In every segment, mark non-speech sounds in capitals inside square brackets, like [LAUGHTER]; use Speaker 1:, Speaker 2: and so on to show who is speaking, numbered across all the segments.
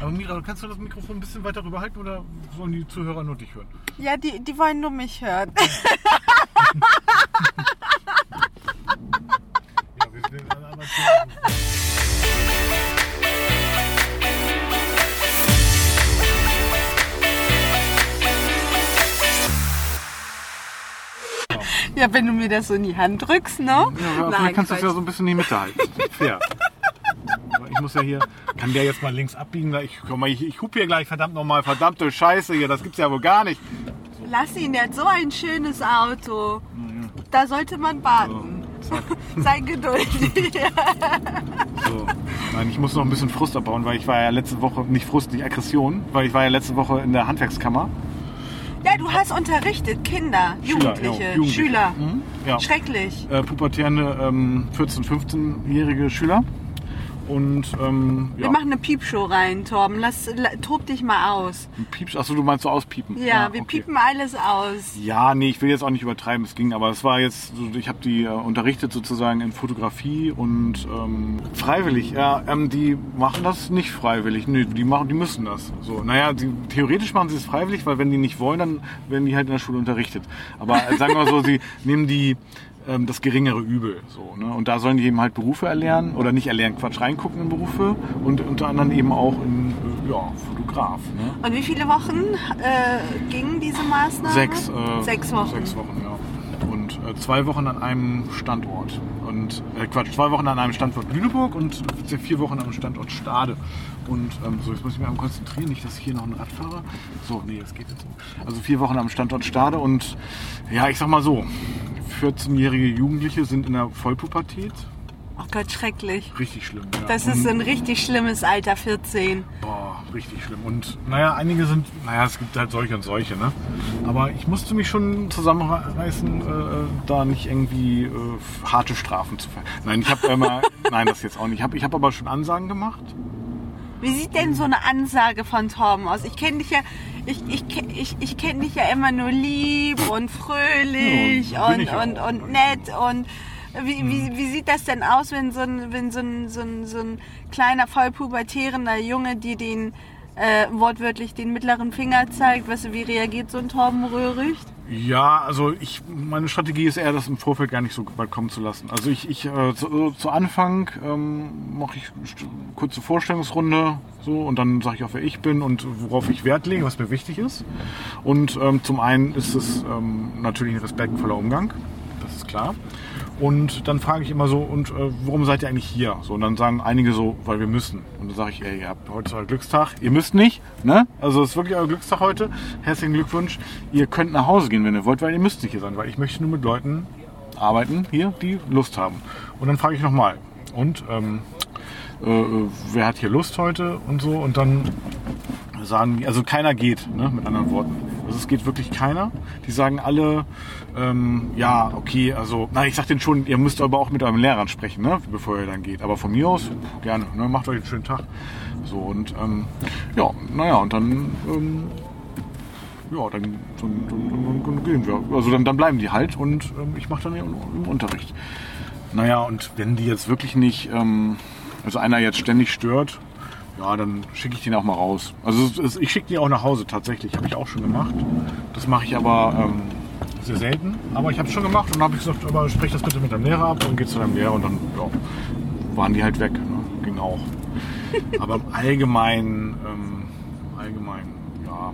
Speaker 1: Aber Mira, kannst du das Mikrofon ein bisschen weiter rüberhalten oder sollen die Zuhörer nur dich hören?
Speaker 2: Ja, die, die wollen nur mich hören. [LAUGHS]
Speaker 1: Ja, wir sind alle Amateure.
Speaker 2: Ja, wenn du mir das so in die Hand drückst, ne?
Speaker 1: Ja, aber vielleicht kannst du es ja so ein bisschen in die Mitte halten. Fair. Aber Ich muss ja hier, kann der jetzt mal links abbiegen? Ich, guck mal, ich, ich hup hier gleich, verdammt nochmal, verdammte Scheiße hier, das gibt's ja wohl gar nicht.
Speaker 2: Quatsch. Lass ihn, der hat so ein schönes Auto. Da sollte man warten.
Speaker 1: Zack,
Speaker 2: [LAUGHS]
Speaker 1: [LAUGHS]
Speaker 2: Sei geduldig.
Speaker 1: so. Nein, ich muss noch ein bisschen Frust abbauen, weil ich war ja letzte Woche, nicht Frust, nicht Aggression, weil ich war ja letzte Woche in der Handwerkskammer.
Speaker 2: ja, du hast unterrichtet, Kinder,
Speaker 1: Schüler,
Speaker 2: Jugendliche,
Speaker 1: ja, Jugendliche.
Speaker 2: Schüler.
Speaker 1: Mhm, ja.
Speaker 2: Schrecklich.
Speaker 1: Äh, pubertierende ähm, 14-, 15-jährige Schüler. Und ähm, ja,
Speaker 2: Wir machen eine Piepshow rein, Torben. Lass, la- tob dich mal aus.
Speaker 1: Pieps, achso, du meinst so auspiepen. Ah,
Speaker 2: Ja, wir
Speaker 1: okay.
Speaker 2: piepen alles aus.
Speaker 1: Ja, nee, ich will jetzt auch nicht übertreiben. Es ging, aber es war jetzt, so, ich habe die äh, unterrichtet sozusagen in Fotografie und ähm, freiwillig. Ja, ähm, die machen das nicht freiwillig. Nee, die machen, die müssen das. So, naja, die, theoretisch machen sie es freiwillig, weil wenn die nicht wollen, dann werden die halt in der Schule unterrichtet.
Speaker 2: [LAUGHS]
Speaker 1: Aber äh, sagen wir mal so, sie nehmen die ähm, das geringere Übel. So, ne? Und da sollen die eben halt Berufe erlernen oder nicht erlernen, Quatsch, reingucken in Berufe und unter anderem eben auch in, äh, ja, Fotograf. Ne?
Speaker 2: Und wie viele Wochen äh, gingen diese Maßnahme?
Speaker 1: Sechs, äh,
Speaker 2: Sechs Wochen.
Speaker 1: Sechs Wochen, ja. Und äh, zwei Wochen an einem Standort. Und äh, Quatsch, zwei Wochen an einem Standort Lüneburg und vier Wochen am Standort Stade. Und ähm, so, jetzt muss ich mich mal konzentrieren, nicht, dass ich hier noch ein Radfahrer. So, nee, das geht jetzt nicht. Also vier Wochen am Standort Stade und ja, ich sag mal so, 14-jährige Jugendliche sind in der Vollpubertät.
Speaker 2: Oh Gott, schrecklich.
Speaker 1: Richtig schlimm. Ja.
Speaker 2: Das ist
Speaker 1: Und-
Speaker 2: ein richtig schlimmes Alter, 14.
Speaker 1: Boah, richtig schlimm. Und naja, einige sind, naja, es gibt halt solche und solche, ne? Aber ich musste mich schon zusammenreißen, äh, da nicht irgendwie äh, harte Strafen zu ver... Nein, ich habe immer, nein, das jetzt auch nicht. Ich habe ich hab aber schon Ansagen gemacht.
Speaker 2: Wie sieht denn so eine Ansage von Torben aus? Ich kenne dich ja, ich, ich, ke- ich, ich kenne dich ja immer nur lieb und fröhlich
Speaker 1: Ja, bin
Speaker 2: und,
Speaker 1: ich ja
Speaker 2: und,
Speaker 1: auch.
Speaker 2: und nett und wie, wie, wie sieht das denn aus, wenn so ein, wenn so ein, so ein, so ein kleiner, vollpubertierender Junge dir den, äh, wortwörtlich den mittleren Finger zeigt? Weißt du, wie reagiert so ein Torben Röhricht?
Speaker 1: Ja, also ich, meine Strategie ist eher, das im Vorfeld gar nicht so weit kommen zu lassen. Also ich, ich äh, zu, zu Anfang ähm, mache ich st- kurze Vorstellungsrunde so und dann sage ich auch, wer ich bin und worauf ich Wert lege, was mir wichtig ist. Und ähm, zum einen ist es ähm, natürlich ein respektvoller Umgang, das ist klar. Und dann frage ich immer so, und äh, warum seid ihr eigentlich hier? So, und dann sagen einige so, weil wir müssen. Und dann sage ich, ey, ihr habt heute ist euer Glückstag, ihr müsst nicht, ne? Also es ist wirklich euer Glückstag heute. Herzlichen Glückwunsch. Ihr könnt nach Hause gehen, wenn ihr wollt, weil ihr müsst nicht hier sein, weil ich möchte nur mit Leuten arbeiten hier, die Lust haben. Und dann frage ich nochmal. Und ähm, äh, äh, wer hat hier Lust heute und so? Und dann sagen, die- also keiner geht, ne, mit anderen Worten. Also es geht wirklich keiner. Die sagen alle, ähm, ja, okay, also, nein, ich sag denen schon, ihr müsst aber auch mit eurem Lehrern sprechen, ne, bevor ihr dann geht. Aber von mir aus, gerne, ne, macht euch einen schönen Tag. So, und, ähm, ja, naja, und dann, ähm, ja, dann, dann, dann, dann, dann gehen wir. Also dann, dann bleiben die halt und ähm, ich mache dann ja im Unterricht. Naja, und wenn die jetzt wirklich nicht, ähm, also einer jetzt ständig stört, ja, dann schicke ich den auch mal raus. Also es ist- ich schicke die auch nach Hause tatsächlich, habe ich auch schon gemacht. Das mache ich aber ähm, sehr selten. Aber ich habe es schon gemacht und dann habe ich gesagt, aber sprich das bitte mit deinem Lehrer ab und geh zu deinem Lehrer und dann ja, waren die halt weg. Ne? Ging
Speaker 2: [LAUGHS]
Speaker 1: auch. Aber im Allgemeinen, ähm, im Allgemeinen, ja.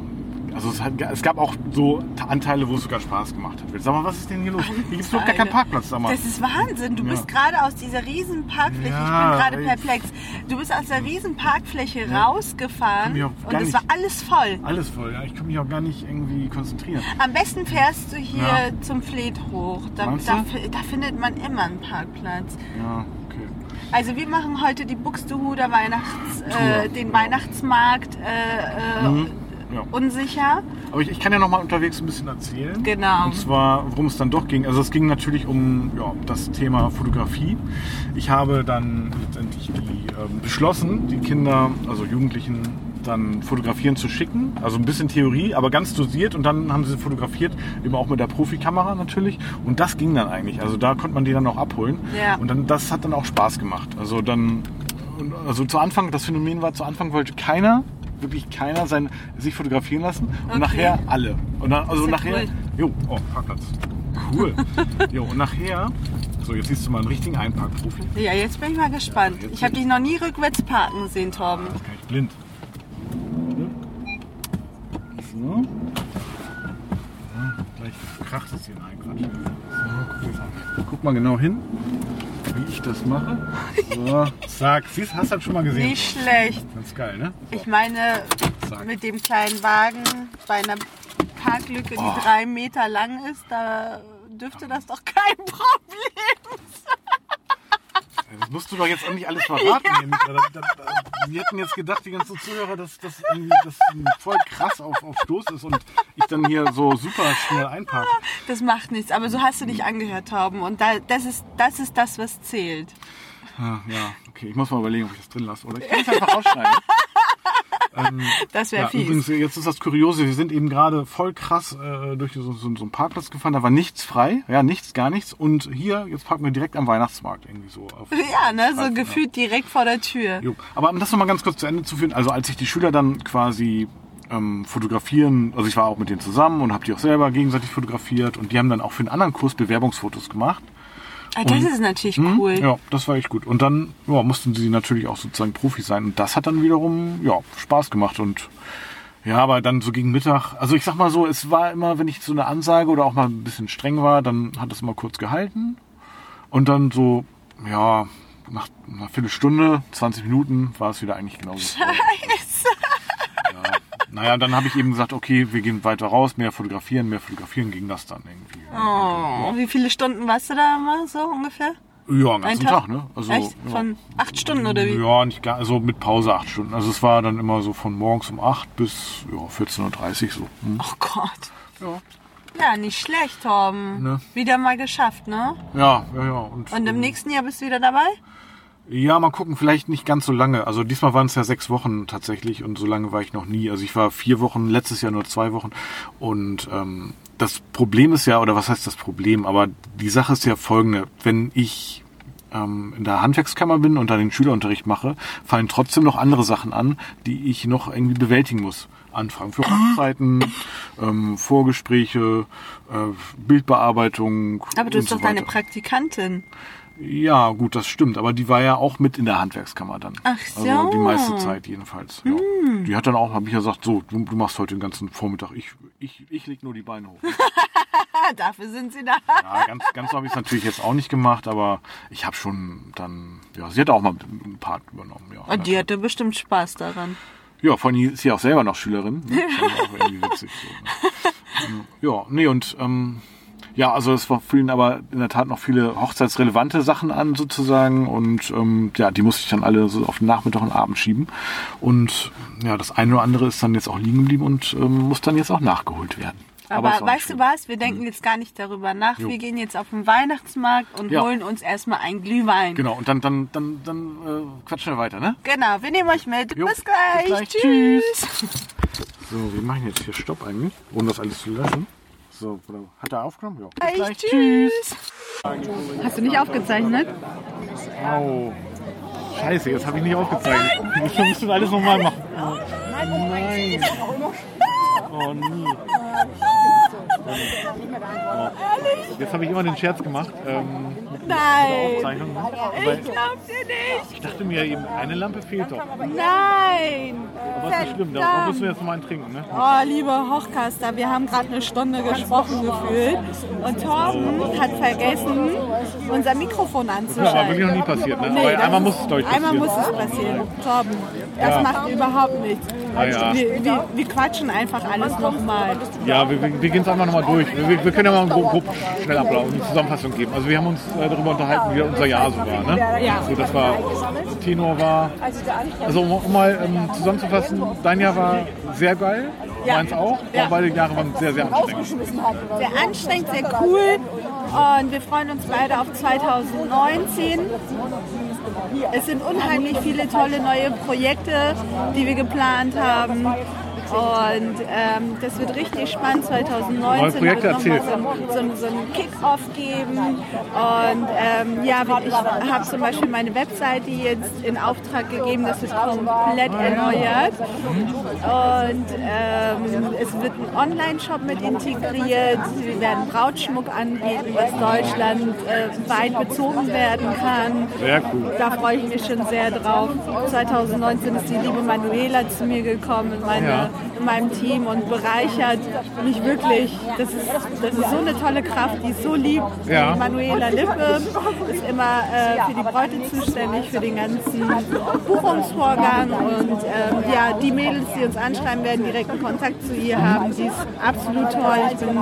Speaker 1: Also es, hat, es gab auch so Anteile, wo es sogar Spaß gemacht hat. Sag mal, was ist denn hier los? Hier gibt es doch gar keinen Parkplatz. Sag mal.
Speaker 2: Das ist Wahnsinn. Du
Speaker 1: Ja.
Speaker 2: bist gerade aus dieser riesen Parkfläche,
Speaker 1: Ja,
Speaker 2: ich bin
Speaker 1: ey.
Speaker 2: gerade perplex. Du bist aus der riesen Parkfläche rausgefahren
Speaker 1: Komm, ja,
Speaker 2: und
Speaker 1: gar
Speaker 2: es
Speaker 1: nicht.
Speaker 2: war alles voll.
Speaker 1: Alles voll, ja. Ich kann mich auch gar nicht irgendwie konzentrieren.
Speaker 2: Am besten fährst du hier
Speaker 1: Ja.
Speaker 2: zum Fleet hoch. Da,
Speaker 1: Meinst
Speaker 2: da,
Speaker 1: du?
Speaker 2: fi- da findet man immer einen Parkplatz.
Speaker 1: Ja, okay.
Speaker 2: Also wir machen heute die Buxtehuder Weihnachts,
Speaker 1: Tour. Mhm.
Speaker 2: äh, den Weihnachtsmarkt äh, äh,
Speaker 1: Ja.
Speaker 2: unsicher.
Speaker 1: Aber ich, ich kann ja noch mal unterwegs ein bisschen erzählen.
Speaker 2: Genau.
Speaker 1: Und zwar, worum es dann doch ging. Also es ging natürlich um ja, das Thema Fotografie. Ich habe dann letztendlich die, ähm, beschlossen, die Kinder, also Jugendlichen, dann fotografieren zu schicken. Also ein bisschen Theorie, aber ganz dosiert. Und dann haben sie fotografiert, eben auch mit der Profikamera natürlich. Und das ging dann eigentlich. Also da konnte man die dann auch abholen.
Speaker 2: Ja.
Speaker 1: Und dann, das hat dann auch Spaß gemacht. Also dann, und also zu Anfang, das Phänomen war, zu Anfang wollte keiner wirklich keiner sein, sich fotografieren lassen und
Speaker 2: Okay.
Speaker 1: nachher alle. Und dann, also
Speaker 2: Ist ja
Speaker 1: nachher.
Speaker 2: cool.
Speaker 1: Jo, oh, Parkplatz.
Speaker 2: [LAUGHS]
Speaker 1: Cool. jo, und nachher. So, jetzt siehst du mal einen richtigen Einparkprofi.
Speaker 2: Ja, jetzt bin ich mal gespannt.
Speaker 1: Ja, jetzt-
Speaker 2: Ich habe dich noch nie rückwärts parken sehen, Torben.
Speaker 1: Das kann ich blind. So. Ja, Gleich kracht es hier rein gerade. So, guck, das an. guck mal genau hin, wie ich das mache.
Speaker 2: [LAUGHS]
Speaker 1: So, zack. Siehst, hast du das schon mal gesehen?
Speaker 2: Nicht schlecht.
Speaker 1: Ganz geil, ne?
Speaker 2: Ich meine,
Speaker 1: Zack.
Speaker 2: mit dem kleinen Wagen bei einer Parklücke, die drei Meter lang ist, da dürfte das doch kein [LAUGHS] Problem.
Speaker 1: Das musst du doch jetzt auch nicht
Speaker 2: [LAUGHS]
Speaker 1: alles verraten. hier, Mika. Da- da- da- Die hätten jetzt gedacht, die ganzen Zuhörer, dass das irgendwie das voll krass auf, auf Stoß ist und ich dann hier so super schnell einparke.
Speaker 2: Das macht nichts, aber so hast du dich angehört, Torben. Und da, das, ist, das ist das, was zählt.
Speaker 1: Ah, Ja, okay, ich muss mal überlegen, ob ich das drin lasse. Oder ich kann es einfach rausschneiden.
Speaker 2: [LAUGHS] Das wäre
Speaker 1: Ja,
Speaker 2: fies.
Speaker 1: übrigens, jetzt ist das Kuriose, wir sind eben gerade voll krass äh, durch so, so, so einen Parkplatz gefahren, da war nichts frei, ja, nichts, gar nichts. Und hier, jetzt parken wir direkt am Weihnachtsmarkt irgendwie so. Auf,
Speaker 2: [LAUGHS] ja, ne? so
Speaker 1: Ja.
Speaker 2: gefühlt direkt vor der Tür.
Speaker 1: Jo. Aber um das nochmal ganz kurz zu Ende zu führen, also als ich die Schüler dann quasi ähm, fotografieren, also ich war auch mit denen zusammen und habe die auch selber gegenseitig fotografiert und die haben dann auch für einen anderen Kurs Bewerbungsfotos gemacht.
Speaker 2: Ah, das ist natürlich cool.
Speaker 1: Hm? Ja, das war echt gut. Und dann ja, mussten sie natürlich auch sozusagen Profis sein. Und das hat dann wiederum ja, Spaß gemacht. Und ja, aber dann so gegen Mittag, also ich sag mal so, es war immer, wenn ich so eine Ansage oder auch mal ein bisschen streng war, dann hat es immer kurz gehalten. Und dann so, ja, nach einer Viertelstunde, 20 Minuten war es wieder eigentlich
Speaker 2: [LAUGHS]
Speaker 1: genauso.
Speaker 2: Scheiße.
Speaker 1: Naja, dann habe ich eben gesagt, okay, wir gehen weiter raus, mehr fotografieren, mehr fotografieren ging das dann irgendwie.
Speaker 2: Oh, wie viele Stunden warst du da immer so ungefähr?
Speaker 1: Ja, den
Speaker 2: Ein
Speaker 1: ganzen Tag, ne? Also,
Speaker 2: Echt?
Speaker 1: ja.
Speaker 2: Von acht Stunden oder wie?
Speaker 1: Ja, nicht gar, also mit Pause acht Stunden. Also es war dann immer so von morgens um 8 bis ja, 14.30 Uhr so. Hm.
Speaker 2: Oh Gott.
Speaker 1: Ja.
Speaker 2: Ja, nicht schlecht, Torben.
Speaker 1: Ne.
Speaker 2: Wieder mal geschafft, ne?
Speaker 1: ja, ja, ja. Und,
Speaker 2: Und im nächsten Jahr bist du wieder dabei?
Speaker 1: ja, mal gucken, vielleicht nicht ganz so lange. Also diesmal waren es ja sechs Wochen tatsächlich und so lange war ich noch nie. Also ich war vier Wochen, letztes Jahr nur zwei Wochen. Und ähm, das Problem ist ja, oder was heißt das Problem? Aber die Sache ist ja folgende. Wenn ich ähm, in der Handwerkskammer bin und dann den Schülerunterricht mache, fallen trotzdem noch andere Sachen an, die ich noch irgendwie bewältigen muss. Anfragen für Hochzeiten, ähm, Vorgespräche, äh, Bildbearbeitung.
Speaker 2: Aber du
Speaker 1: und
Speaker 2: bist doch
Speaker 1: so
Speaker 2: deine
Speaker 1: weiter.
Speaker 2: Praktikantin. [LAUGHS]
Speaker 1: Ja, gut, das stimmt. Aber die war ja auch mit in der Handwerkskammer dann.
Speaker 2: Ach so. Hm.
Speaker 1: Also die meiste Zeit jedenfalls. Ja. Die hat dann auch, habe ich ja gesagt, so, du, du machst heute den ganzen Vormittag. Ich, ich, ich leg nur die Beine
Speaker 2: [LAUGHS]
Speaker 1: hoch.
Speaker 2: Ah, dafür sind sie da.
Speaker 1: Ja, ganz, ganz so habe ich es natürlich jetzt auch nicht gemacht, aber ich habe schon dann, ja, sie hat auch mal einen Part übernommen. Ja,
Speaker 2: Und die hatte bestimmt Spaß daran.
Speaker 1: ja vor allem ist sie auch selber noch Schülerin.
Speaker 2: [LAUGHS]
Speaker 1: Ne? Das fand ich auch irgendwie witzig. So, ne? Ja, nee, und ähm, ja, also es fielen aber in der Tat noch viele hochzeitsrelevante Sachen an sozusagen und ähm, ja, die musste ich dann alle so auf den Nachmittag und Abend schieben und ja, das eine oder andere ist dann jetzt auch liegen geblieben und ähm, muss dann jetzt auch nachgeholt werden.
Speaker 2: Aber,
Speaker 1: ist auch nicht
Speaker 2: weißt du
Speaker 1: schlimm.
Speaker 2: was? Wir denken jetzt gar nicht darüber nach. Wir gehen jetzt auf den Weihnachtsmarkt und
Speaker 1: Ja.
Speaker 2: holen uns erstmal einen Glühwein.
Speaker 1: Genau, und dann, dann, dann, dann äh, quatschen wir weiter, ne?
Speaker 2: Genau, wir nehmen euch mit.
Speaker 1: Jo,
Speaker 2: Bis gleich. Tschüss.
Speaker 1: So, wir machen jetzt hier Stopp eigentlich, ohne das alles zu löschen. So, oder hat er aufgenommen? Ja.
Speaker 2: Bis gleich. Äh, Tschüss. Hast du nicht aufgezeichnet?
Speaker 1: Au. Scheiße, jetzt habe ich nicht aufgezeichnet. Ich muss das alles nochmal machen. Oh Nein. Oh nie. Oh. Jetzt habe ich immer den Scherz gemacht. Ähm,
Speaker 2: Nein.
Speaker 1: Zeichnung. ne?
Speaker 2: Ich glaub dir nicht.
Speaker 1: Ich dachte mir eben, eine Lampe fehlt doch. Aber
Speaker 2: Nein.
Speaker 1: ist nicht schlimm, da müssen wir jetzt nochmal einen trinken. Ne?
Speaker 2: Oh, liebe Hochcaster, wir haben gerade eine Stunde gesprochen gefühlt und Torben hat vergessen, unser Mikrofon
Speaker 1: Das war wirklich
Speaker 2: anzuschalten.
Speaker 1: noch nie passiert. Ne?
Speaker 2: Nee,
Speaker 1: Aber
Speaker 2: das
Speaker 1: einmal
Speaker 2: ist-
Speaker 1: muss es deutlich
Speaker 2: Einmal
Speaker 1: passieren.
Speaker 2: muss es passieren. Torben, das
Speaker 1: Ja.
Speaker 2: macht überhaupt nichts.
Speaker 1: Ah, ja.
Speaker 2: wir, wir, wir quatschen einfach alles nochmal.
Speaker 1: Ja, wir, wir, wir gehen es einfach nochmal durch. Wir, wir können ja mal einen grob, grob Schnellablauf, eine Zusammenfassung geben. Also wir haben uns äh, darüber unterhalten, wie unser Jahr so war. Ne?
Speaker 2: Ja.
Speaker 1: So, das war Tenor war. Also um, um mal ähm, zusammenzufassen, dein Jahr war sehr geil,
Speaker 2: Ja.
Speaker 1: meins auch.
Speaker 2: Ja.
Speaker 1: Aber beide Jahre waren sehr, sehr anstrengend.
Speaker 2: Sehr anstrengend, sehr cool und wir freuen uns beide auf 2019. Es sind unheimlich viele tolle neue Projekte, die wir geplant haben. Und ähm, das wird richtig spannend. 2019
Speaker 3: Neue Projekte
Speaker 2: wird nochmal
Speaker 3: erzählt.
Speaker 2: so ein, so, ein- so ein Kick-Off geben. Und ähm, ja, ich habe zum Beispiel meine Webseite jetzt in Auftrag gegeben, das ist komplett
Speaker 3: Ah,
Speaker 2: erneuert. Und ähm, es wird ein Online-Shop mit integriert. Wir werden Brautschmuck anbieten, was Deutschland äh, weit bezogen werden kann.
Speaker 3: Sehr cool.
Speaker 2: Da freue ich mich schon sehr drauf. 2019 ist die liebe Manuela zu mir gekommen in, meine,
Speaker 3: Ja.
Speaker 2: in meinem Team und bereichert mich wirklich. Das ist, das ist so eine tolle Kraft, die ist so lieb.
Speaker 3: Ja.
Speaker 2: Die Manuela Lippe ist immer äh, für die Bräute zuständig, für den ganzen Buchungsvorgang. Und ähm, ja, die Mädels, die uns anschreiben, werden direkten Kontakt zu ihr haben. Sie ist absolut toll. Ich bin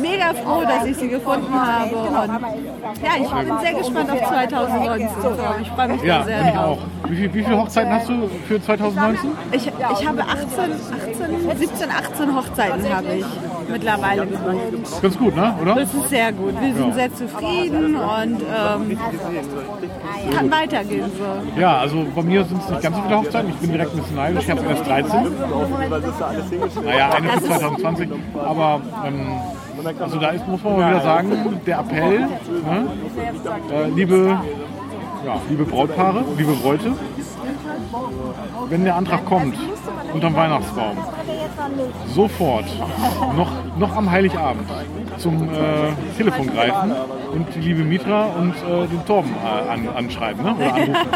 Speaker 2: mega froh, dass ich sie gefunden habe. Und ja, ich bin sehr gespannt auf 2019. Ich freue mich
Speaker 3: Ja,
Speaker 2: da sehr
Speaker 3: bin ich
Speaker 2: drauf.
Speaker 3: auch. Wie, viel, wie viele Hochzeiten hast du für 2019?
Speaker 2: Ich, ich habe 18, 18, 17, 18 Hochzeiten habe ich mittlerweile gebucht.
Speaker 3: Ganz gut, ne? Oder?
Speaker 2: Das ist sehr gut. Wir sind sehr zufrieden und ähm, kann weitergehen so.
Speaker 3: Ja, also bei mir sind es nicht ganz so viele Hochzeiten. Ich bin direkt ein bisschen neidisch. Ich habe erst 13. Naja, eine für 2020. Aber ähm, also da ist, muss man mal wieder sagen, der Appell, ne? äh, liebe, ja, liebe Brautpaare, liebe Bräute, wenn der Antrag kommt unterm Weihnachtsbaum, sofort, noch, noch am Heiligabend, zum äh, Telefon greifen und die liebe Mitra und äh, den Torben äh, an, anschreiben ne? oder anrufen.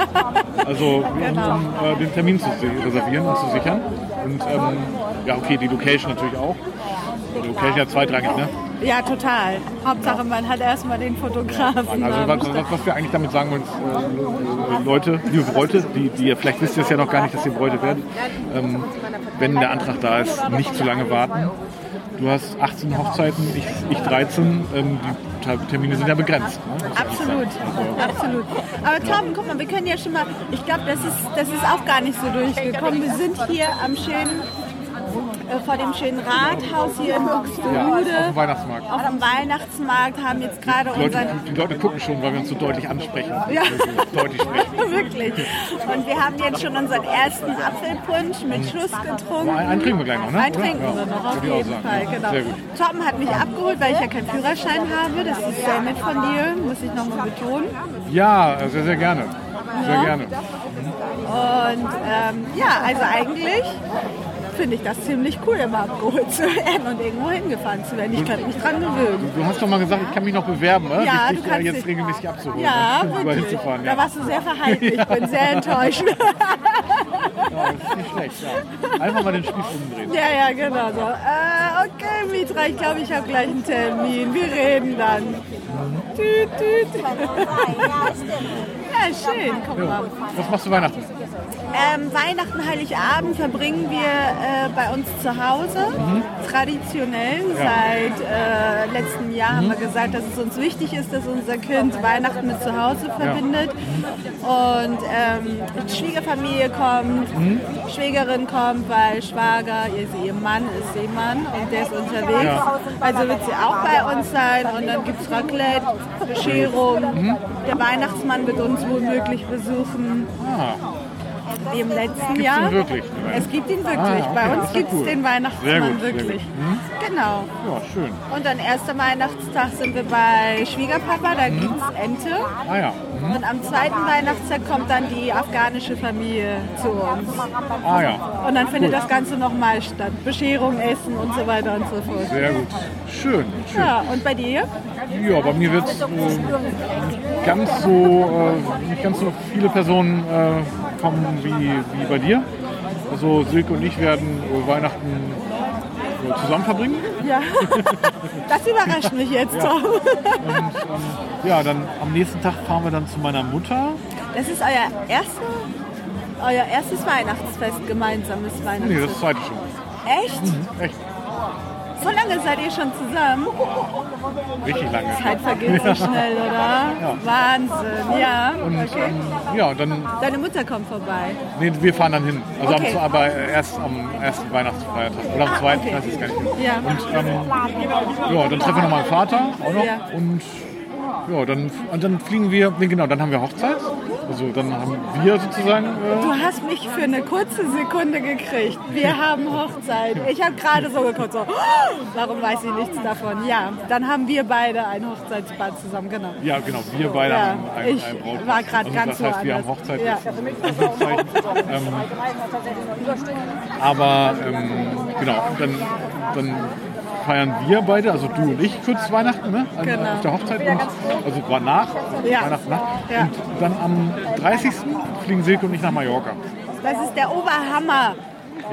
Speaker 3: Also um, um äh, den Termin zu si- reservieren und zu sichern. Und ähm, ja, okay, die Location natürlich auch. Die Location ja zweitrangig, ne?
Speaker 2: Ja, total. Hauptsache, man hat erstmal den Fotografen.
Speaker 3: Also
Speaker 2: am
Speaker 3: was,
Speaker 2: Start.
Speaker 3: was, was wir eigentlich damit sagen wollen, ist, äh, Leute, liebe Bräute, die, die ihr vielleicht wisst ihr es ja noch gar nicht, dass ihr Bräute werdet, ähm, wenn der Antrag da ist, nicht zu lange warten. Du hast 18 Hochzeiten, ich, ich 13, ähm, die Ta- Termine sind ja begrenzt. Ne?
Speaker 2: Absolut, absolut. Aber Tom, guck mal, wir können ja schon mal, ich glaube, das ist, das ist auch gar nicht so durchgekommen. Wir sind hier am schönen, äh, vor dem schönen Rathaus hier in
Speaker 3: Ja, auf
Speaker 2: Buxtehude.
Speaker 3: dem Weihnachtsmarkt.
Speaker 2: Auf dem Weihnachtsmarkt haben jetzt gerade
Speaker 3: Die Leute,
Speaker 2: unseren. [LAUGHS]
Speaker 3: die Leute gucken schon, weil wir uns so deutlich ansprechen.
Speaker 2: Ja.
Speaker 3: Deutlich sprechen.
Speaker 2: Wirklich. Und wir haben jetzt schon unseren ersten Apfelpunsch mit Schuss getrunken.
Speaker 3: Einen- einen trinken wir gleich noch, ne?
Speaker 2: Einen trinken
Speaker 3: Ja,
Speaker 2: wir noch, auf
Speaker 3: würde ich auch
Speaker 2: jeden
Speaker 3: sagen,
Speaker 2: Fall.
Speaker 3: ja.
Speaker 2: Genau.
Speaker 3: Sehr gut.
Speaker 2: Tom hat mich abgeholt, weil ich ja keinen Führerschein habe. Das ist sehr nett von dir, muss ich nochmal betonen.
Speaker 3: Ja, äh, sehr, sehr gerne. Sehr gerne.
Speaker 2: Und ähm, ja, also eigentlich finde ich das ziemlich cool, immer abgeholt zu werden und irgendwo hingefahren zu werden. Ich könnte mich dran gewöhnen.
Speaker 3: Du hast doch mal gesagt, ich kann mich noch bewerben, ne?
Speaker 2: Ja,
Speaker 3: dich
Speaker 2: du
Speaker 3: äh,
Speaker 2: kannst
Speaker 3: jetzt
Speaker 2: dich-
Speaker 3: regelmäßig abzuholen.
Speaker 2: Ja,
Speaker 3: ne? Überall
Speaker 2: wirklich.
Speaker 3: hinzufahren.
Speaker 2: Da
Speaker 3: [LAUGHS] Ja.
Speaker 2: warst du sehr verhalten. Ich bin sehr enttäuscht. [LAUGHS]
Speaker 3: Ja, das ist nicht schlecht. Ja. Einfach mal den Spieß umdrehen.
Speaker 2: ja, ja, genau so. Äh, okay, Mitra, ich glaube, ich habe gleich einen Termin. Wir reden dann. Tüt, tüt. ja, schön. Guck mal.
Speaker 3: Was machst du Weihnachten?
Speaker 2: Ähm, Weihnachten, Heiligabend verbringen wir äh, bei uns zu Hause. Traditionell. Seit äh, letztem Jahr haben wir gesagt, dass es uns wichtig ist, dass unser Kind Weihnachten mit zu Hause verbindet. Und ähm, die Schwiegerfamilie kommt, Schwägerin kommt, weil Schwager, ihr, ihr Mann ist Seemann und der ist unterwegs.
Speaker 3: Ja.
Speaker 2: Also wird sie auch bei uns sein. Und dann gibt es Raclette, Bescherung. Der Weihnachtsmann wird uns womöglich besuchen
Speaker 3: Ah,
Speaker 2: wie im letzten
Speaker 3: Gibt's
Speaker 2: Jahr.
Speaker 3: ihn wirklich?
Speaker 2: Es gibt ihn wirklich.
Speaker 3: Ah, okay,
Speaker 2: Bei
Speaker 3: das
Speaker 2: uns
Speaker 3: ist ja
Speaker 2: gibt es
Speaker 3: cool.
Speaker 2: den
Speaker 3: Sehr
Speaker 2: Weihnachtsmann
Speaker 3: gut, sehr
Speaker 2: wirklich.
Speaker 3: gut.
Speaker 2: Genau.
Speaker 3: ja, schön.
Speaker 2: Und dann erster Weihnachtstag sind wir bei Schwiegerpapa, da
Speaker 3: Mhm.
Speaker 2: gibt es Ente.
Speaker 3: Ah ja.
Speaker 2: Und am zweiten Weihnachtstag kommt dann die afghanische Familie zu uns.
Speaker 3: Ah ja.
Speaker 2: Und dann findet das Ganze nochmal statt. Bescherung, Essen und so weiter und so fort.
Speaker 3: Sehr gut. Schön, schön.
Speaker 2: Ja, und bei dir?
Speaker 3: Ja, bei mir wird es ganz so, äh, nicht ganz so viele Personen äh, kommen wie, wie bei dir. Also Silke und ich werden äh, Weihnachten äh, zusammen verbringen.
Speaker 2: Ja. Das überrascht mich
Speaker 3: [LAUGHS]
Speaker 2: jetzt, Tom.
Speaker 3: Ja, dann am nächsten Tag fahren wir dann zu meiner Mutter.
Speaker 2: Das ist euer, erster, euer erstes Weihnachtsfest, gemeinsames
Speaker 3: Nee,
Speaker 2: Weihnachtsfest.
Speaker 3: das zweite schon. Hm?
Speaker 2: Echt?
Speaker 3: Echt,
Speaker 2: So lange seid ihr schon zusammen?
Speaker 3: richtig lange.
Speaker 2: Zeit vergeht so schnell, oder? Wahnsinn, ja.
Speaker 3: Und
Speaker 2: Okay.
Speaker 3: ähm, ja, und dann
Speaker 2: Deine Mutter kommt vorbei.
Speaker 3: Nee, wir fahren dann hin. Also
Speaker 2: Okay.
Speaker 3: am, aber erst am ersten Weihnachtsfeiertag. Oder am
Speaker 2: Ah,
Speaker 3: zweiten,
Speaker 2: okay.
Speaker 3: ich weiß es gar nicht. mehr.
Speaker 2: Ja.
Speaker 3: Und ähm, ja, dann treffen wir nochmal meinen Vater auch noch.
Speaker 2: Ja.
Speaker 3: Und ja, dann, und dann fliegen wir, nee, genau, dann haben wir Hochzeit. Also dann haben wir sozusagen. äh,
Speaker 2: Du hast mich für eine kurze Sekunde gekriegt. Wir haben Hochzeit. Ich habe gerade so geguckt, so, oh, warum weiß ich nichts davon? Ja, dann haben wir beide ein Hochzeitsbad zusammen, genau.
Speaker 3: Äh, ja, genau, wir beide
Speaker 2: Ja,
Speaker 3: haben ein,
Speaker 2: ich
Speaker 3: ein Brautpaar.
Speaker 2: war grad
Speaker 3: also,
Speaker 2: ganz
Speaker 3: Das heißt, wir haben
Speaker 2: woanders.
Speaker 3: Hochzeit.
Speaker 2: Ja.
Speaker 3: jetzt. ähm, aber ähm, genau, dann, dann feiern wir beide, also du und ich, kurz Weihnachten, ne? An,
Speaker 2: Genau.
Speaker 3: Auf der Hochzeit. Und, also war nach,
Speaker 2: Ja.
Speaker 3: Weihnachten nach.
Speaker 2: Ja.
Speaker 3: Und dann am 30. fliegen Silke und ich nach Mallorca.
Speaker 2: Das ist der Oberhammer.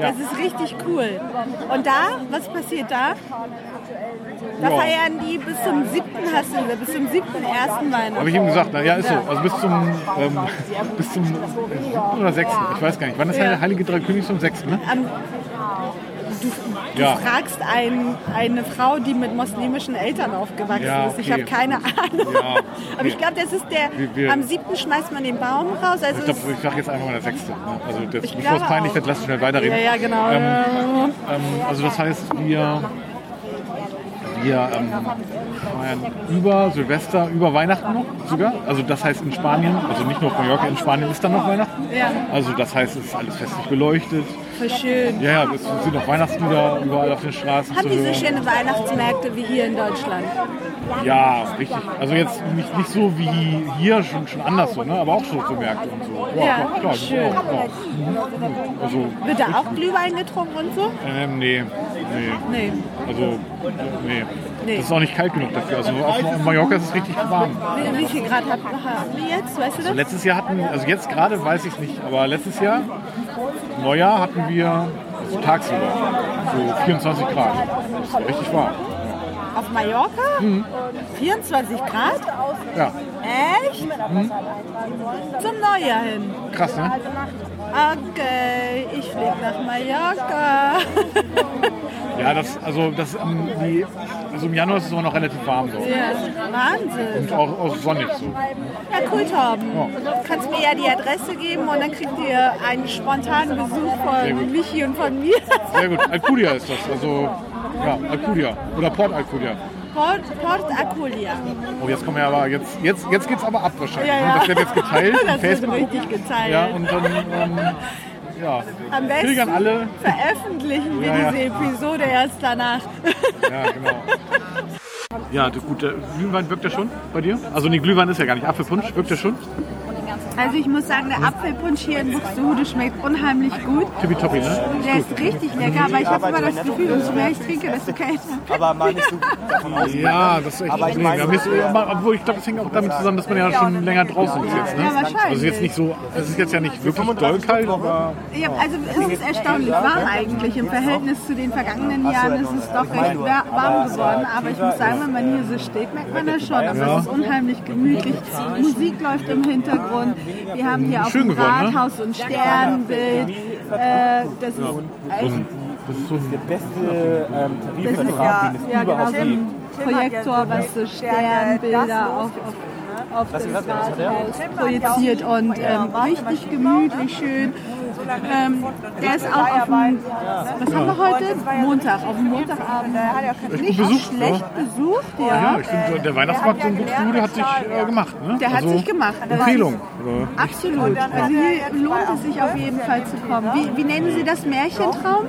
Speaker 3: Ja.
Speaker 2: Das ist richtig cool. Und da, was passiert da? Da
Speaker 3: Ja.
Speaker 2: feiern die bis zum 7. hast du, bis zum 7. ersten Weihnachten.
Speaker 3: Habe ich ihm gesagt, na ja, ist so. Also bis zum, ähm, bis zum 7. oder 6. Ich weiß gar nicht. Wann ist
Speaker 2: Ja.
Speaker 3: der Heilige Drei Königs um 6. Ne?
Speaker 2: Am-
Speaker 3: du, ja.
Speaker 2: Du fragst ein, eine Frau, die mit muslimischen Eltern aufgewachsen
Speaker 3: Ja,
Speaker 2: ist. Ich
Speaker 3: okay.
Speaker 2: habe keine Ahnung.
Speaker 3: Ja, okay.
Speaker 2: Aber ich glaube, das ist der.
Speaker 3: Wir- wir-
Speaker 2: am 7. schmeißt man den Baum raus. Also
Speaker 3: Ich
Speaker 2: es-
Speaker 3: glaube, ich sage jetzt einfach mal der sechste. Ne? Also das,
Speaker 2: Ich
Speaker 3: bevor es
Speaker 2: glaube
Speaker 3: peinlich
Speaker 2: auch.
Speaker 3: wird, lass uns schnell weiterreden.
Speaker 2: Ja, ja, genau.
Speaker 3: Ähm, ähm, also das heißt, wir, wir ähm, feiern über Silvester, über Weihnachten noch sogar. Also das heißt in Spanien, also nicht nur auf Mallorca, in Spanien ist dann noch Weihnachten.
Speaker 2: Ja.
Speaker 3: Also das heißt, es ist alles festlich beleuchtet.
Speaker 2: voll schön.
Speaker 3: Ja, ja, es sind noch Weihnachtslieder überall auf den Straßen
Speaker 2: Haben
Speaker 3: zu
Speaker 2: die so
Speaker 3: hören.
Speaker 2: schöne Weihnachtsmärkte wie hier in Deutschland?
Speaker 3: Ja, richtig. Also jetzt nicht, nicht so wie hier, schon, schon anders so, ne? aber auch so zu merken und so.
Speaker 2: Ja,
Speaker 3: klar,
Speaker 2: schön.
Speaker 3: Ja, ja. Also,
Speaker 2: Wird da auch Glühwein getrunken und so?
Speaker 3: ähm, nee, nee.
Speaker 2: Nee.
Speaker 3: Also, nee.
Speaker 2: Nee.
Speaker 3: Das ist auch nicht kalt genug dafür. Also auf auf Mallorca ist es richtig warm.
Speaker 2: Wie, wie viel Grad hat- haben wir jetzt? Weißt du das?
Speaker 3: Letztes Jahr hatten, also jetzt gerade weiß ich es nicht, aber letztes Jahr, Neujahr, hatten wir also tagsüber so 24 Grad. Das war richtig warm.
Speaker 2: Auf Mallorca?
Speaker 3: Mhm.
Speaker 2: 24 Grad?
Speaker 3: Ja,
Speaker 2: Echt?
Speaker 3: Mhm.
Speaker 2: Zum Neujahr hin.
Speaker 3: krass, ne?
Speaker 2: Okay, ich flieg nach Mallorca.
Speaker 3: Ja, das, also, das, ähm, die, also im Januar ist es immer noch relativ warm so.
Speaker 2: Ja, Wahnsinn.
Speaker 3: Und auch, auch sonnig so.
Speaker 2: Ja, cool, Torben. Kannst mir ja die Adresse geben und dann kriegt ihr einen spontanen Besuch von
Speaker 3: gut.
Speaker 2: Michi und von mir.
Speaker 3: Sehr gut. Alcudia ist das. Also, ja, Alcudia. Oder Port Alcudia.
Speaker 2: Port, Port Aculia.
Speaker 3: Oh, jetzt kommen wir aber, jetzt, jetzt, jetzt geht's aber ab wahrscheinlich.
Speaker 2: Ja,
Speaker 3: ne?
Speaker 2: ja.
Speaker 3: Das wird jetzt
Speaker 2: [LAUGHS]
Speaker 3: geteilt.
Speaker 2: Das wird
Speaker 3: Facebook.
Speaker 2: richtig geteilt.
Speaker 3: Ja, und dann, ähm, ja.
Speaker 2: Am
Speaker 3: Kriegen
Speaker 2: besten
Speaker 3: dann alle.
Speaker 2: veröffentlichen wir
Speaker 3: Ja, ja.
Speaker 2: diese Episode erst danach.
Speaker 3: Ja, genau. Ja, du- gut, der Glühwein wirkt ja schon bei dir? Also, nee, Glühwein ist ja gar nicht. Apfelpunsch wirkt ja schon.
Speaker 2: Also ich muss sagen, der Apfelpunsch hier in Buxtehude schmeckt unheimlich gut.
Speaker 3: Tippitoppi, ne?
Speaker 2: Der ist richtig lecker, aber ich habe immer das Gefühl, umso mehr ich trinke, desto kälter.
Speaker 4: Aber mal nicht so
Speaker 2: [LAUGHS]
Speaker 4: davon aus.
Speaker 3: Ja, das ist echt ein
Speaker 4: Aber ich
Speaker 3: Problem.
Speaker 4: weiß-
Speaker 3: Ja, mir ist- aber- Obwohl, ich glaube, das hängt auch damit zusammen, dass man ja schon länger draußen ist jetzt, ne?
Speaker 2: Ja, wahrscheinlich.
Speaker 3: Also, jetzt nicht so, es ist jetzt ja nicht wirklich doll kalt, aber.
Speaker 2: Ja, also es ist erstaunlich warm eigentlich. Im Verhältnis zu den vergangenen Jahren ist es doch recht wa- warm geworden. Aber ich muss sagen, wenn man hier so steht, merkt man das schon. Aber es ist unheimlich gemütlich. Musik läuft im Hintergrund. Wir haben hier auch
Speaker 3: Schön
Speaker 2: ein
Speaker 3: geworden, ne?
Speaker 2: Rathaus und Sternbild. Äh, das ist echt,
Speaker 3: Das ist so ein
Speaker 4: Beste ähm,
Speaker 2: das ist
Speaker 4: Tarifvertrag,
Speaker 2: ja,
Speaker 4: den es
Speaker 2: ja genau
Speaker 4: überhaupt
Speaker 2: so
Speaker 4: gibt.
Speaker 2: ein Projektor, was so Sternbilder auf, auf, auf das Rathaus projiziert und ähm, richtig gemütlich schön. Ähm, der ist auch auf dem, was haben wir heute? Montag, auf dem Montagabend. Nicht
Speaker 3: besucht,
Speaker 2: schlecht
Speaker 3: ne?
Speaker 2: besucht,
Speaker 3: Ja,
Speaker 2: ja.
Speaker 3: ich finde, der Weihnachtsmarkt in Buxtehude hat sich äh, gemacht. Ne?
Speaker 2: Der hat sich gemacht.
Speaker 3: Empfehlung. Oder?
Speaker 2: Absolut. Also hier lohnt es sich auf jeden Fall zu kommen. Wie, wie nennen Sie das Märchentraum?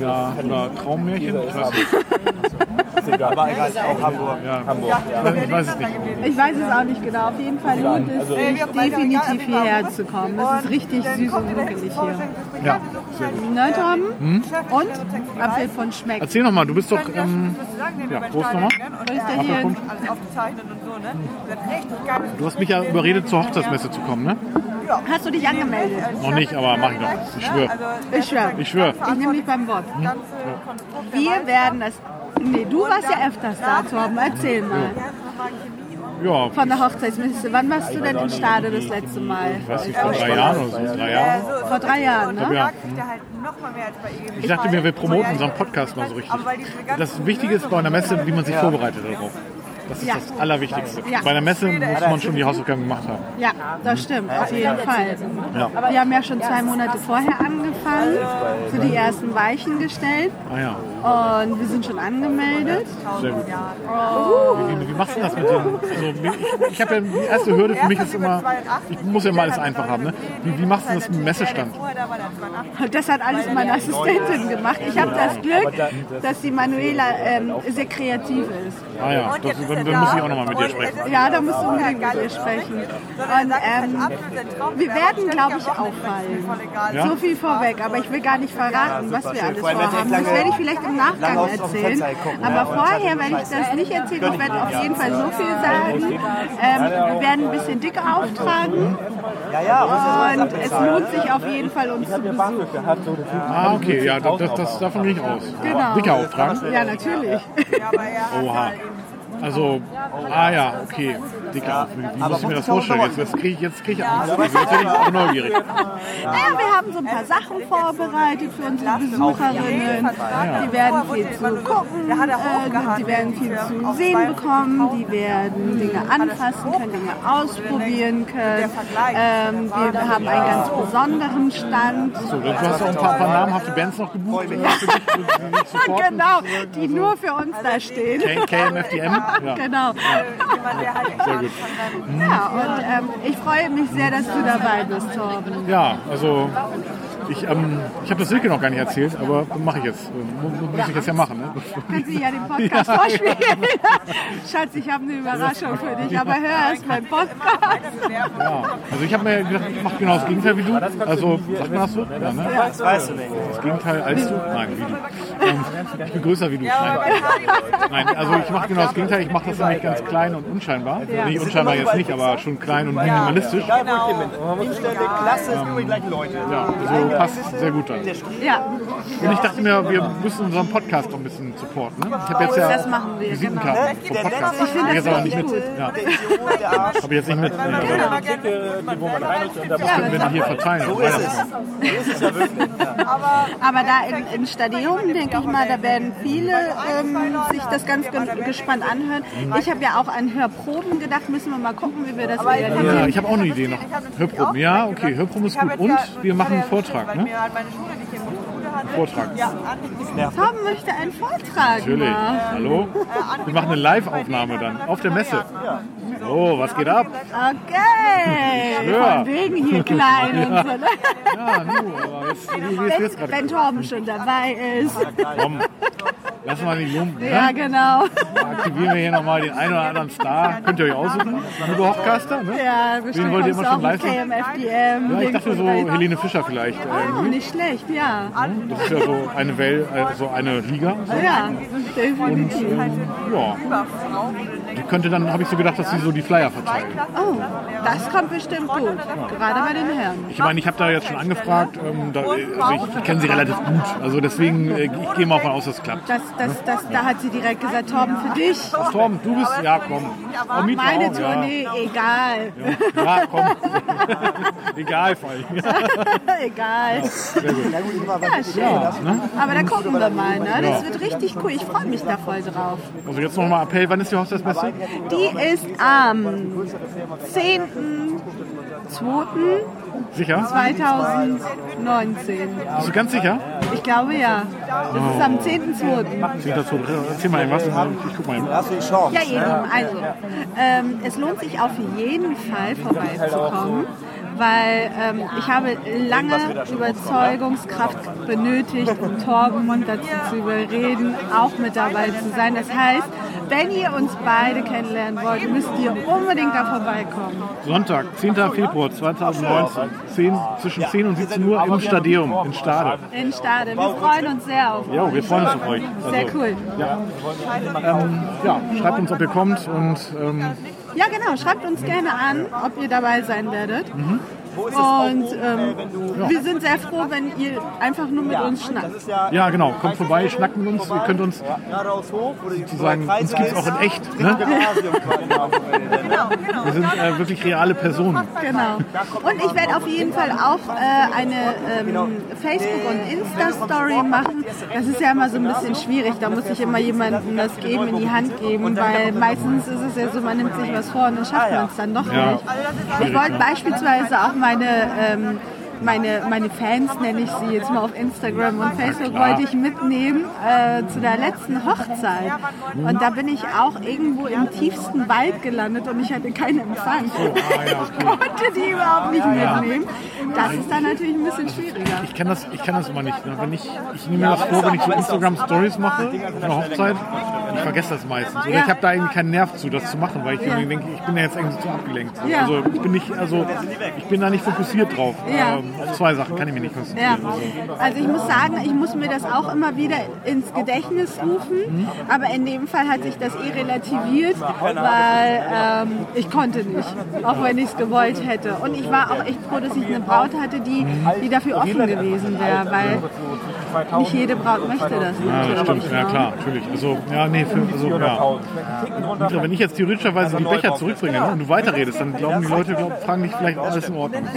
Speaker 3: Ja, oder äh, Traummärchen. Ich weiß, nicht.
Speaker 4: Ist egal. Aber egal, ist auch Hamburg.
Speaker 3: Ja.
Speaker 4: Hamburg. Ja.
Speaker 3: ich weiß es nicht.
Speaker 2: Ich weiß es auch nicht genau. Auf jeden Fall lohnt es sich definitiv hierher zu kommen. Es ist richtig süß und muckelig hier.
Speaker 3: Ja.
Speaker 2: Ne, Tom? Und Apfel von Schmeck.
Speaker 3: Hm? Erzähl nochmal, du bist doch. Ähm, ja, Prost nochmal.
Speaker 2: Wo ist der hier?
Speaker 5: Alles aufgezeichnet und so, ne? Das ist richtig geil.
Speaker 3: Du hast mich ja überredet, zur Hochzeitsmesse zu kommen, ne?
Speaker 2: Hast du dich angemeldet?
Speaker 3: Noch nicht, aber mach ich
Speaker 5: Ne?
Speaker 3: noch. Ich
Speaker 5: Also,
Speaker 3: schwöre.
Speaker 2: Ich schwöre.
Speaker 3: Ich schwöre.
Speaker 2: Ich nehme dich beim Wort. Wir werden das. Nee, du warst ja öfters da, Torben. Erzähl mal.
Speaker 3: Ja,
Speaker 2: Von der Hochzeitsmesse. Wann warst du denn in Stade das letzte Mal?
Speaker 3: ich weiß nicht, vor drei Jahren oder so. Drei
Speaker 5: äh,
Speaker 3: Jahren.
Speaker 2: Vor drei Jahren, ne?
Speaker 3: Ja.
Speaker 5: Kriegt er halt noch mal mehr als bei ihm.
Speaker 3: Ich dachte mir, wir promoten unseren Podcast mal so richtig. Das Wichtige ist bei einer Messe, wie man sich vorbereitet darauf. Das ist
Speaker 2: Ja.
Speaker 3: das Allerwichtigste.
Speaker 2: Ja.
Speaker 3: Bei einer Messe muss man schon die Hausaufgaben gemacht haben.
Speaker 2: Ja, das stimmt, auf jeden Fall.
Speaker 3: Ja.
Speaker 2: Wir haben ja schon zwei Monate vorher angefangen, so die ersten Weichen gestellt
Speaker 3: Ah ja.
Speaker 2: und wir sind schon angemeldet.
Speaker 3: Sehr gut. Wie, wie machst du das mit dem? Also, ich ich habe ja die erste Hürde für mich ist immer, ich muss ja mal alles einfach haben. Ne? Wie, wie machst du das mit dem Messestand?
Speaker 2: Und das hat alles meine Assistentin gemacht. Ich habe das Glück, dass die Manuela ähm, sehr kreativ ist.
Speaker 3: Ah ja, das, dann, dann muss ich auch nochmal mit dir sprechen.
Speaker 2: Ja, da musst du unbedingt mit ihr sprechen. Und ähm, wir werden, glaube ich, auffallen.
Speaker 3: Ja?
Speaker 2: So viel vorweg, aber ich will gar nicht verraten, was wir alles
Speaker 4: allem, wenn
Speaker 2: vorhaben.
Speaker 4: sie echt
Speaker 2: Das
Speaker 4: lange-
Speaker 2: werde ich vielleicht im
Speaker 4: lange
Speaker 2: Nachgang
Speaker 4: aufs- aufs
Speaker 2: erzählen.
Speaker 4: Fenster gucken, ja,
Speaker 2: Aber
Speaker 4: und dann
Speaker 2: vorher werde ich das nicht erzählen. Ich werde auf jeden Fall so viel sagen. Ähm, wir werden ein bisschen dick auftragen
Speaker 4: Ja, ja, muss
Speaker 2: und es lohnt sich auf jeden Fall, uns zu besuchen.
Speaker 4: BAföG, der hat so gefühlt
Speaker 3: Ah, okay, ja, das, das, das, davon gehe ich aus.
Speaker 2: Genau.
Speaker 3: Dicker Auftrag.
Speaker 2: Ja, natürlich.
Speaker 3: Oha. Also, ah ja, okay. Dicker Auftrag. Wie muss ich mir das vorstellen? Jetzt, jetzt kriege ich, jetzt krieg ich Angst. Jetzt bin ich auch neugierig.
Speaker 2: Naja, wir haben so ein paar Sachen vorbereitet für unsere Besucherinnen. Die werden viel zu gucken, äh, die werden viel zu sehen bekommen, die werden Dinge anfassen können, Dinge ausprobieren können. Ähm, wir haben einen ganz besonderen Stand.
Speaker 3: So, dann hast du auch ein paar, paar namhafte Bands noch gebucht. ne, Für dich, für die dich supporten.
Speaker 2: Genau, die nur für uns da stehen. [LAUGHS]
Speaker 3: K- KMFDM? Ja.
Speaker 2: Genau.
Speaker 3: halt
Speaker 2: Ja, und ähm, ich freue mich sehr, dass du dabei bist, Torben.
Speaker 3: Ja, also ich, ähm, ich habe das Silke noch gar nicht erzählt, aber mache ich jetzt. Ähm, Mu- mu- Muss ich jetzt ja machen. Ne?
Speaker 2: Kannst du ja den Podcast vorspielen. [LAUGHS] Schatz, ich habe eine Überraschung für dich, aber hör erst meinen Podcast.
Speaker 3: Also ich habe mir gedacht, ich mache genau das Gegenteil wie du. Also sagt man das so? Ja, ne?
Speaker 4: Das weißt du nicht.
Speaker 3: Das Gegenteil als du? Nein, wie du. Ähm, ich bin größer wie du. Nein, Nein also ich mache genau das Gegenteil. Ich mache das nämlich ganz klein und unscheinbar. Also
Speaker 2: Ja.
Speaker 3: Nicht unscheinbar jetzt nicht, aber schon klein und minimalistisch.
Speaker 4: Egal,
Speaker 2: Genau.
Speaker 4: wo ich hin bin. Man muss ständig, klasse, es sind immer die gleichen Leute.
Speaker 3: Ja, also passt sehr gut dann.
Speaker 2: Ja,
Speaker 3: Und ich dachte mir, wir müssen unseren Podcast noch ein bisschen supporten. Ne? Ich habe jetzt ja
Speaker 2: das machen wir, genau.
Speaker 3: Visitenkarten vom Podcast.
Speaker 2: Ich finde
Speaker 3: Hab
Speaker 2: das
Speaker 3: jetzt aber
Speaker 2: richtig
Speaker 3: nicht mit.
Speaker 2: gut.
Speaker 3: Ja,
Speaker 4: Der Idiot, der Arsch.
Speaker 3: habe jetzt nicht mit. Also,
Speaker 2: Ja,
Speaker 3: wenn
Speaker 2: das
Speaker 3: die hier verteilen.
Speaker 4: So ist es.
Speaker 2: aber da in- im Stadion, denke ich mal, da werden viele ähm, sich das ganz gen- gespannt anhören. Ich habe ja auch an Hörproben gedacht, müssen wir mal gucken, wie wir das realisieren.
Speaker 3: Ja, ich habe auch eine Idee noch. Hörproben, ja, okay, Hörproben ist gut. Und wir machen einen Vortrag, ne? Vortrag.
Speaker 5: Ja,
Speaker 2: Torben möchte einen Vortrag
Speaker 3: Natürlich.
Speaker 2: machen.
Speaker 3: Hallo? Wir machen eine Live-Aufnahme dann auf der Messe. Oh, was geht ab?
Speaker 2: Okay,
Speaker 3: Ja.
Speaker 2: von wegen hier klein und so. ne?
Speaker 3: Ja, nu, Ah, aber jetzt, wie wie ist jetzt
Speaker 2: Wenn, wenn
Speaker 3: gerade?
Speaker 2: Torben schon dabei ist.
Speaker 3: Komm, lass mal nicht lumpen.
Speaker 2: Ja,
Speaker 3: Ne?
Speaker 2: genau.
Speaker 3: Aktivieren wir hier nochmal den einen oder anderen Star. Könnt ihr euch aussuchen? Liebe Hochcaster, ne?
Speaker 2: Ja, bestimmt
Speaker 3: wollt ihr
Speaker 2: kommst du
Speaker 3: immer schon
Speaker 2: auch mit
Speaker 3: live machen?
Speaker 2: KMFDM.
Speaker 3: Ja, ich
Speaker 2: links
Speaker 3: dachte
Speaker 2: und
Speaker 3: so
Speaker 2: rechts.
Speaker 3: Helene Fischer vielleicht.
Speaker 2: Oh,
Speaker 3: Äh,
Speaker 2: nicht schlecht, ja.
Speaker 3: das ist ja so eine Welt, äh, so eine Liga.
Speaker 2: Ja, definitiv.
Speaker 3: Ja, die könnte dann, habe ich so gedacht, dass sie so die Flyer verteilen.
Speaker 2: Oh, das kommt bestimmt gut. Gerade bei den Herren.
Speaker 3: Ich meine, ich habe da jetzt schon angefragt, ähm, da, äh, also ich, ich kenne sie relativ gut. Also deswegen, äh, ich gehe mal von aus, dass es klappt.
Speaker 2: Das, das, das, da hat sie direkt gesagt, Torben, für dich.
Speaker 3: Torben, du bist, ja komm. Oh, Mieter
Speaker 2: Meine
Speaker 3: auch, ja.
Speaker 2: Tournee, egal.
Speaker 3: Ja, komm. [LAUGHS] Egal, vor allem.
Speaker 2: [LAUGHS] Egal. Ja, schön. Aber da gucken wir mal, ne? Das wird richtig cool. Ich freue mich da voll drauf.
Speaker 3: Also jetzt nochmal Appell, wann ist die Hochzeitsmesse?
Speaker 2: Die ist am 10.02.2019.
Speaker 3: Sicher? Bist du ganz sicher?
Speaker 2: Ich glaube ja. Das ist am 10.02.
Speaker 3: Sind das so- Erzähl mal irgendwas. Ich guck mal eben.
Speaker 4: Hast du die Chance?
Speaker 2: Ja, eben. Also, ähm, es lohnt sich auf jeden Fall
Speaker 4: halt
Speaker 2: vorbeizukommen, weil ähm, ich habe lange
Speaker 4: ne?
Speaker 2: Überzeugungskraft benötigt, um Torben dazu zu überreden, auch mit dabei zu sein. Das heißt, wenn ihr uns beide kennenlernen wollt, müsst ihr unbedingt da vorbeikommen.
Speaker 3: Sonntag, 10. Februar 2019. 10, zwischen 10 und 17 Uhr im Stadion, in Stade.
Speaker 2: In Stade. Wir freuen uns sehr auf euch.
Speaker 3: Ja, wir freuen uns auf euch.
Speaker 2: Sehr cool.
Speaker 3: Ja, schreibt uns, ob ihr kommt und ähm,
Speaker 2: Ja, genau. Schreibt uns gerne an, ob ihr dabei sein werdet.
Speaker 4: Wo ist es auch
Speaker 2: Und
Speaker 4: oben, äh, wenn du.
Speaker 2: ähm, wir sind sehr froh, wenn ihr einfach nur mit uns
Speaker 4: Das
Speaker 2: schnackt.
Speaker 4: ist ja,
Speaker 3: Ja, genau. Kommt vorbei, schnackt mit uns. Ihr könnt uns
Speaker 4: ja, geradeaus hoch, wo die-
Speaker 3: sozusagen,
Speaker 4: wo der Kreis
Speaker 3: uns gibt es
Speaker 4: ist.
Speaker 3: auch in echt. Ne?
Speaker 4: Gymnasium
Speaker 2: [LAUGHS]
Speaker 4: quasi am Wochenende.
Speaker 5: Genau, genau.
Speaker 3: Wir sind äh, wirklich reale Personen.
Speaker 2: Genau. Und ich werde auf jeden Fall auch äh, eine ähm, Facebook- und Insta-Story machen. Das ist ja immer so ein bisschen schwierig. Da muss ich immer jemandem das geben, in die Hand geben, weil meistens ist es ja so, man nimmt sich was vor und dann schafft man es dann doch
Speaker 3: Ja.
Speaker 2: nicht. Ich wollte beispielsweise auch meine, ähm, meine, meine Fans, nenne ich sie jetzt mal auf Instagram und Facebook, wollte ich mitnehmen äh, zu der letzten Hochzeit. Und da bin ich auch irgendwo im tiefsten Wald gelandet und ich hatte keinen Empfang. [LAUGHS] Ich konnte die überhaupt nicht mitnehmen. Das ist dann natürlich ein bisschen schwieriger.
Speaker 3: Ich kann das, ich kann das immer nicht. Ne? Wenn ich, ich nehme mir das vor, wenn ich so Instagram Stories mache auf einer Hochzeit, ich vergesse das meistens. Oder
Speaker 2: Ja.
Speaker 3: ich habe da irgendwie keinen Nerv zu, das zu machen, weil ich irgendwie denke, ich bin ja jetzt irgendwie zu abgelenkt.
Speaker 2: Ja.
Speaker 3: Also ich bin nicht, also ich bin da nicht fokussiert drauf.
Speaker 2: Ja.
Speaker 3: Ähm, auf zwei Sachen kann ich mich nicht konzentrieren.
Speaker 2: Ja,
Speaker 3: Also,
Speaker 2: also ich muss sagen, ich muss mir das auch immer wieder ins Gedächtnis rufen, aber in dem Fall hat sich das eh relativiert, weil ähm, ich konnte nicht, auch wenn ich es gewollt hätte. Und ich war auch echt froh, dass ich eine Braut hatte, die, die dafür offen gewesen wäre, weil nicht jede Braut möchte das.
Speaker 3: ja, das
Speaker 2: natürlich,
Speaker 3: stimmt. Ja
Speaker 2: ne?
Speaker 3: klar, natürlich. Also ja, nee, für, also, ja. Mitra, Wenn ich jetzt theoretischerweise die Becher zurückbringe ne, und du weiterredest, dann glauben die Leute, glauben, fragen dich vielleicht, auch alles in Ordnung. [LAUGHS]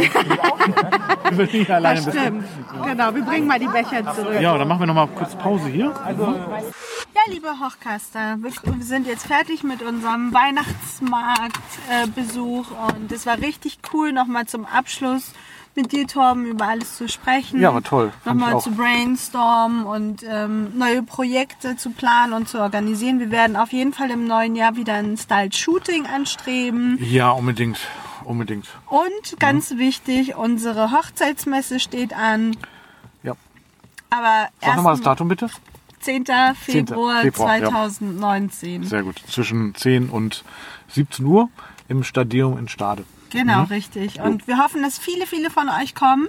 Speaker 3: Wenn ich alleine
Speaker 2: Das
Speaker 3: bist.
Speaker 2: stimmt. Genau, wir bringen mal die Becher zurück.
Speaker 3: Ja, dann machen wir nochmal kurz Pause hier.
Speaker 2: Ja, liebe Hochcaster, wir wir sind jetzt fertig mit unserem Weihnachtsmarktbesuch äh, Besuch und es war richtig cool, nochmal zum Abschluss mit dir, Torben, über alles zu sprechen.
Speaker 1: Ja, war toll. Fand ich
Speaker 2: Nochmal
Speaker 1: auch.
Speaker 2: zu brainstormen und ähm, neue Projekte zu planen und zu organisieren. Wir werden auf jeden Fall im neuen Jahr wieder ein Style-Shooting anstreben.
Speaker 1: Ja, unbedingt. Unbedingt.
Speaker 2: Und ganz
Speaker 1: Mhm.
Speaker 2: wichtig, unsere Hochzeitsmesse steht an.
Speaker 1: Ja.
Speaker 2: Aber
Speaker 1: Sag nochmal das
Speaker 2: erst
Speaker 1: Datum bitte.
Speaker 2: 10.
Speaker 1: 10.
Speaker 2: Februar,
Speaker 1: Februar, ja.
Speaker 2: 2019.
Speaker 1: Sehr gut. Zwischen 10 und 17 Uhr im Stadium in Stade.
Speaker 2: Genau,
Speaker 1: Mhm.
Speaker 2: richtig. Und wir hoffen, dass viele, viele von euch kommen.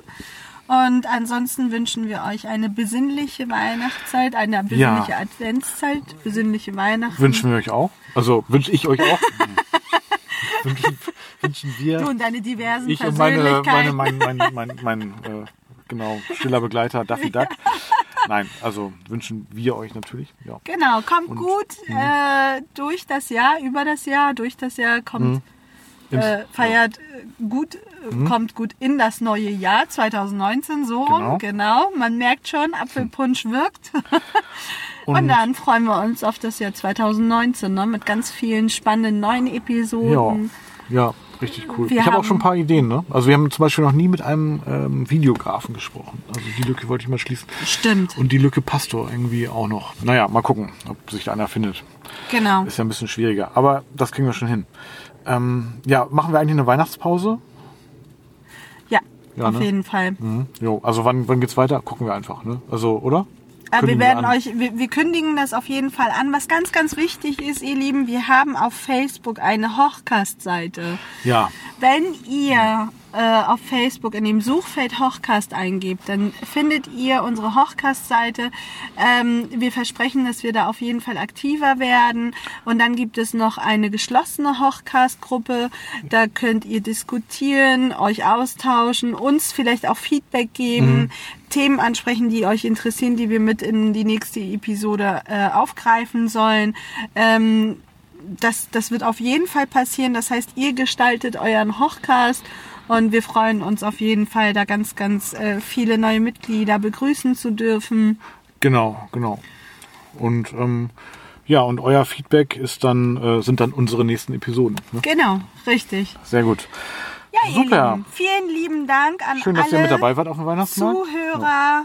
Speaker 2: Und ansonsten wünschen wir euch eine besinnliche Weihnachtszeit, eine besinnliche Adventszeit, besinnliche Weihnachten.
Speaker 1: Wünschen wir euch auch. Also wünsche ich euch [LAUGHS] auch. wünschen, wünschen wir.
Speaker 2: du und deine diversen
Speaker 1: ich und meine, meine,
Speaker 2: Persönlichkeiten.
Speaker 1: mein, mein, mein, mein äh, genau, stiller Begleiter Daffy
Speaker 2: [LAUGHS]
Speaker 1: Duck. Nein, also wünschen wir euch natürlich. Ja.
Speaker 2: genau, kommt gut
Speaker 1: mhm.
Speaker 2: äh, durch das Jahr, über das Jahr, durch das Jahr kommt,
Speaker 1: Mhm.
Speaker 2: äh, feiert äh, gut, äh, kommt gut in das neue Jahr 2019, so rum, genau. Man merkt schon,
Speaker 1: [LAUGHS]
Speaker 2: Apfelpunsch wirkt. Und, dann freuen wir uns auf das Jahr 2019 ne? mit ganz vielen spannenden neuen
Speaker 1: Ja,
Speaker 2: Episoden.
Speaker 1: ja, richtig cool.
Speaker 2: Wir
Speaker 1: ich habe auch
Speaker 2: haben-
Speaker 1: schon ein paar Ideen. Ne? Also wir haben zum Beispiel noch nie mit einem ähm, Videografen gesprochen. Also die Lücke wollte ich mal schließen.
Speaker 2: Stimmt,
Speaker 1: Und die Lücke Pastor irgendwie auch noch. Naja, mal gucken, ob sich da einer findet.
Speaker 2: genau.
Speaker 1: Ist ja ein bisschen schwieriger, aber das kriegen wir schon hin. Ähm, ja, machen wir eigentlich eine Weihnachtspause?
Speaker 2: Ja,
Speaker 1: Ja,
Speaker 2: auf
Speaker 1: ne?
Speaker 2: jeden Fall.
Speaker 1: Mhm. Jo, also wann, wann geht's weiter? Gucken wir einfach, ne? Also, oder?
Speaker 2: Aber Äh, Ah, wir
Speaker 1: Kündigen
Speaker 2: werden
Speaker 1: an.
Speaker 2: euch, wir, wir kündigen das auf jeden Fall an. Was ganz, ganz wichtig ist, ihr Lieben, wir haben auf Facebook eine Hochkast-Seite.
Speaker 1: Ja,
Speaker 2: Wenn ihr äh, auf Facebook in dem Suchfeld Hochcast eingebt, dann findet ihr unsere Hochcast-Seite. Ähm, wir versprechen, dass wir da auf jeden Fall aktiver werden. Und dann gibt es noch eine geschlossene Hochcast-Gruppe. Da könnt ihr diskutieren, euch austauschen, uns vielleicht auch Feedback geben, Themen ansprechen, die euch interessieren, die wir mit in die nächste Episode äh, aufgreifen sollen. Ähm, das, das wird auf jeden Fall passieren. Das heißt, ihr gestaltet euren Hochcast und wir freuen uns auf jeden Fall, da ganz, ganz äh, viele neue Mitglieder begrüßen zu dürfen.
Speaker 1: Genau, genau. Und ähm, ja, und euer Feedback ist dann, äh, sind dann unsere nächsten Episoden. Ne?
Speaker 2: Genau, richtig.
Speaker 1: Sehr gut.
Speaker 2: Ja, ihr
Speaker 1: Super.
Speaker 2: Lieben, vielen lieben Dank an
Speaker 1: Schön,
Speaker 2: alle
Speaker 1: dass ihr mit dabei wart auf dem Weihnachtsmarkt.
Speaker 2: Zuhörer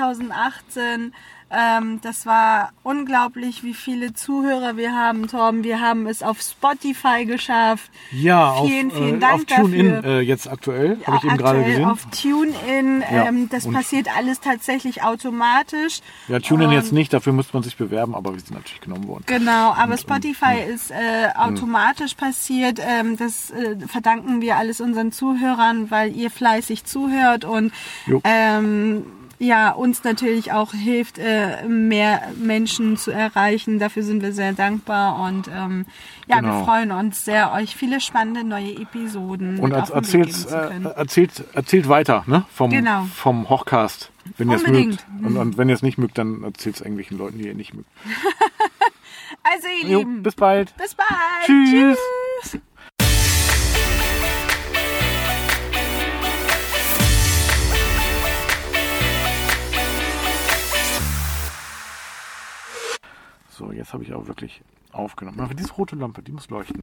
Speaker 2: 2018. Ähm, das war unglaublich, wie viele Zuhörer wir haben, Torben. Wir haben es auf Spotify geschafft.
Speaker 1: Ja, auf,
Speaker 2: vielen, vielen
Speaker 1: äh,
Speaker 2: Dank
Speaker 1: auf TuneIn
Speaker 2: dafür.
Speaker 1: äh, jetzt aktuell, habe ich
Speaker 2: auch
Speaker 1: eben gerade
Speaker 2: aktuell
Speaker 1: gesehen.
Speaker 2: auf TuneIn.
Speaker 1: Ja,
Speaker 2: Ähm, das
Speaker 1: und-
Speaker 2: passiert alles tatsächlich automatisch.
Speaker 1: ja, TuneIn jetzt nicht, dafür müsste man sich bewerben, aber wir sind natürlich genommen worden.
Speaker 2: Genau,
Speaker 1: Hm,
Speaker 2: aber Spotify ist äh, automatisch passiert. Ähm, das äh, verdanken wir alles unseren Zuhörern, weil ihr fleißig zuhört und
Speaker 1: Jo.
Speaker 2: ähm, ja, uns natürlich auch hilft, äh, mehr Menschen zu erreichen. Dafür sind wir sehr dankbar und ähm, ja,
Speaker 1: Genau.
Speaker 2: wir freuen uns sehr, euch viele spannende neue Episoden
Speaker 1: Und
Speaker 2: mit
Speaker 1: als,
Speaker 2: auf den Weg
Speaker 1: erzählt,
Speaker 2: geben zu
Speaker 1: äh,
Speaker 2: können.
Speaker 1: erzählt, erzählt weiter ne? vom,
Speaker 2: Genau.
Speaker 1: vom Hochcast, wenn ihr es mögt.
Speaker 2: Unbedingt. Mhm.
Speaker 1: Und, und wenn ihr es nicht mögt, dann erzählt es irgendwelchen Leuten, die ihr nicht mögt.
Speaker 2: Also ihr
Speaker 1: Jo,
Speaker 2: Lieben,
Speaker 1: bis bald.
Speaker 2: bis bald.
Speaker 1: Tschüss.
Speaker 2: Tschüss.
Speaker 1: So, jetzt habe ich auch wirklich aufgenommen. Aber diese rote Lampe, die muss leuchten.